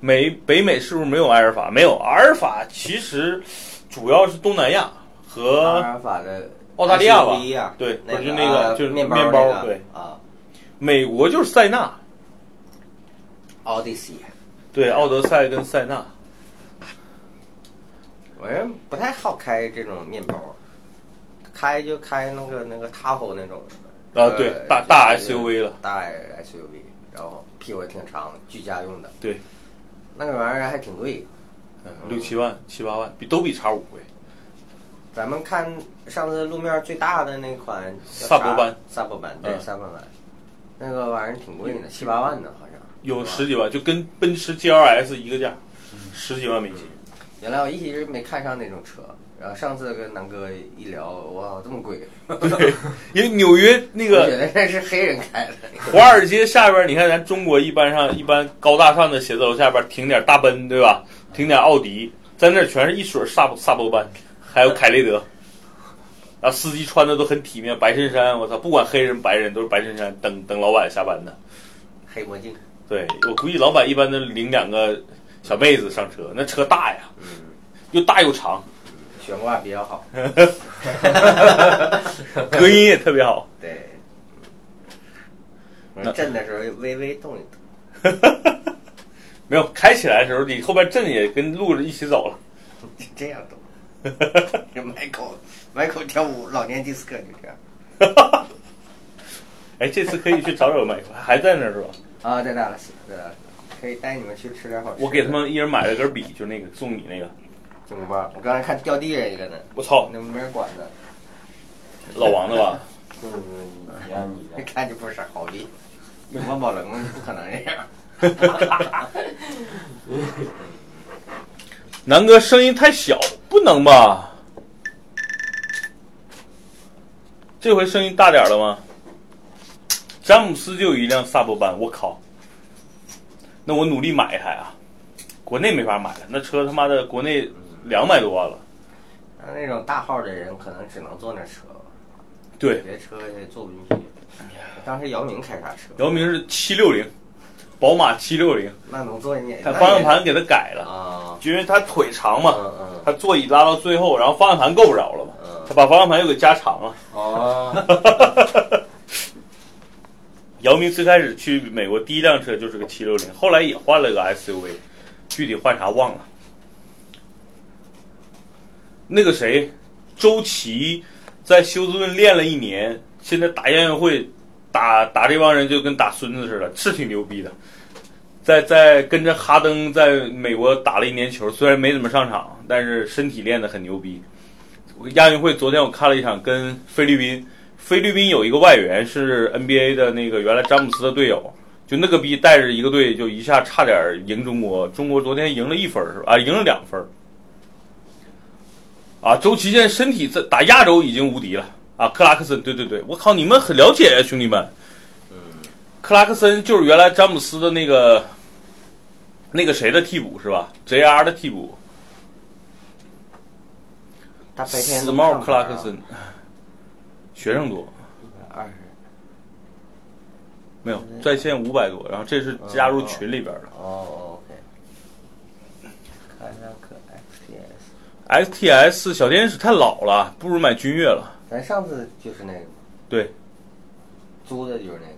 美北美是不是没有阿尔法？没有，阿尔法其实主要是东南亚阿和尔法的澳大利亚吧 SUV 啊对那不是个那个啊就是面面包包那个对啊，美国，就是塞纳，奥迪 y 对，奥德赛跟塞纳。我人不太好开这种面包，开就开那个那个 Tahoe 那种。啊对呃大大就是 SUV 了大 SUV，然后屁股也挺长，居家用的。对，那个玩意儿还挺贵。嗯，六七万、七八万，比都比叉五贵。咱们看上次路面最大的那款叫萨啥博班，萨博班对嗯萨博班，那个玩意儿挺贵的，七八万呢好像。有十几万，就跟奔驰 GLS 一个价，十几万美 金。原来我一直没看上那种车，然后上次跟南哥一聊，哇，这么贵！对，因为纽约那我觉个得这是黑人开的。华尔街下边，你看咱中国一般上一般高大上的写字楼下边停点大奔，对吧？停点奥迪，在那儿全是一水萨博萨博班，还有凯雷德。然后司机穿的都很体面，白衬衫，我操，不管黑人白人都是白衬衫，等等老板下班的。黑墨镜，对我估计老板一般都领两个小妹子上车，那车大呀，嗯，又大又长，悬挂比较 好。隔音也特别好。 对，嗯那震的时候微微动一动。没有开起来的时候，你后边震也跟路着一起走了。是这样动。这 Michael Michael 跳舞老年迪斯科就这样。 哎，这次可以去找找麦克，还在那儿是吧？啊，在达拉斯，在达拉斯，可以带你们去吃点好吃的。我给他们一人买了根笔，就那个送你那个。怎么办？我刚才看掉地上一个呢， 我操，那没人管的。老王的 吧？嗯，你看你一 的，看就不是啥好地。王宝龙不可能这样。南哥声音太小，不能吧？这回声音大点儿了吗？詹姆斯就有一辆萨博班，我靠！那我努力买一台啊，国内没法买了，那车他妈的国内两百多万了。那种大号的人可能只能坐那车，对，哎别车也坐不进去。当时姚明开啥车？姚明是七六零，宝马七六零，那能坐进去？他方向盘给他改了，啊，哎因为他腿长嘛，嗯他座椅拉到最后，然后方向盘够不着了嘛，嗯他把方向盘又给加长了。哦，姚明最开始去美国第一辆车就是个七六零，后来也换了个 SUV，具体换啥忘了。那个谁，周琦在休斯顿练了一年，现在打亚运会，打打这帮人就跟打孙子似的，是挺牛逼的。在在跟着哈登在美国打了一年球，虽然没怎么上场，但是身体练得很牛逼。我亚运会昨天我看了一场跟菲律宾，菲律宾有一个外援是 NBA 的那个原来詹姆斯的队友，就那个逼带着一个队就一下差点赢中国，中国昨天赢了一分儿是吧？啊，赢了两分儿。啊，周琦现在身体在打亚洲已经无敌了啊！克拉克森，对对对，我靠，你们很了解呀、兄弟们。克拉克森就是原来詹姆斯的那个那个谁的替补是吧？JR 的替补，他白天啊死帽克拉克森，学生多。二十没有，在线五百多，然后这是加入群里边的。哦，OK。克拉克 XTS， XTS 小天使太老了，不如买君越了。咱上次就是那个对，租的就是那个，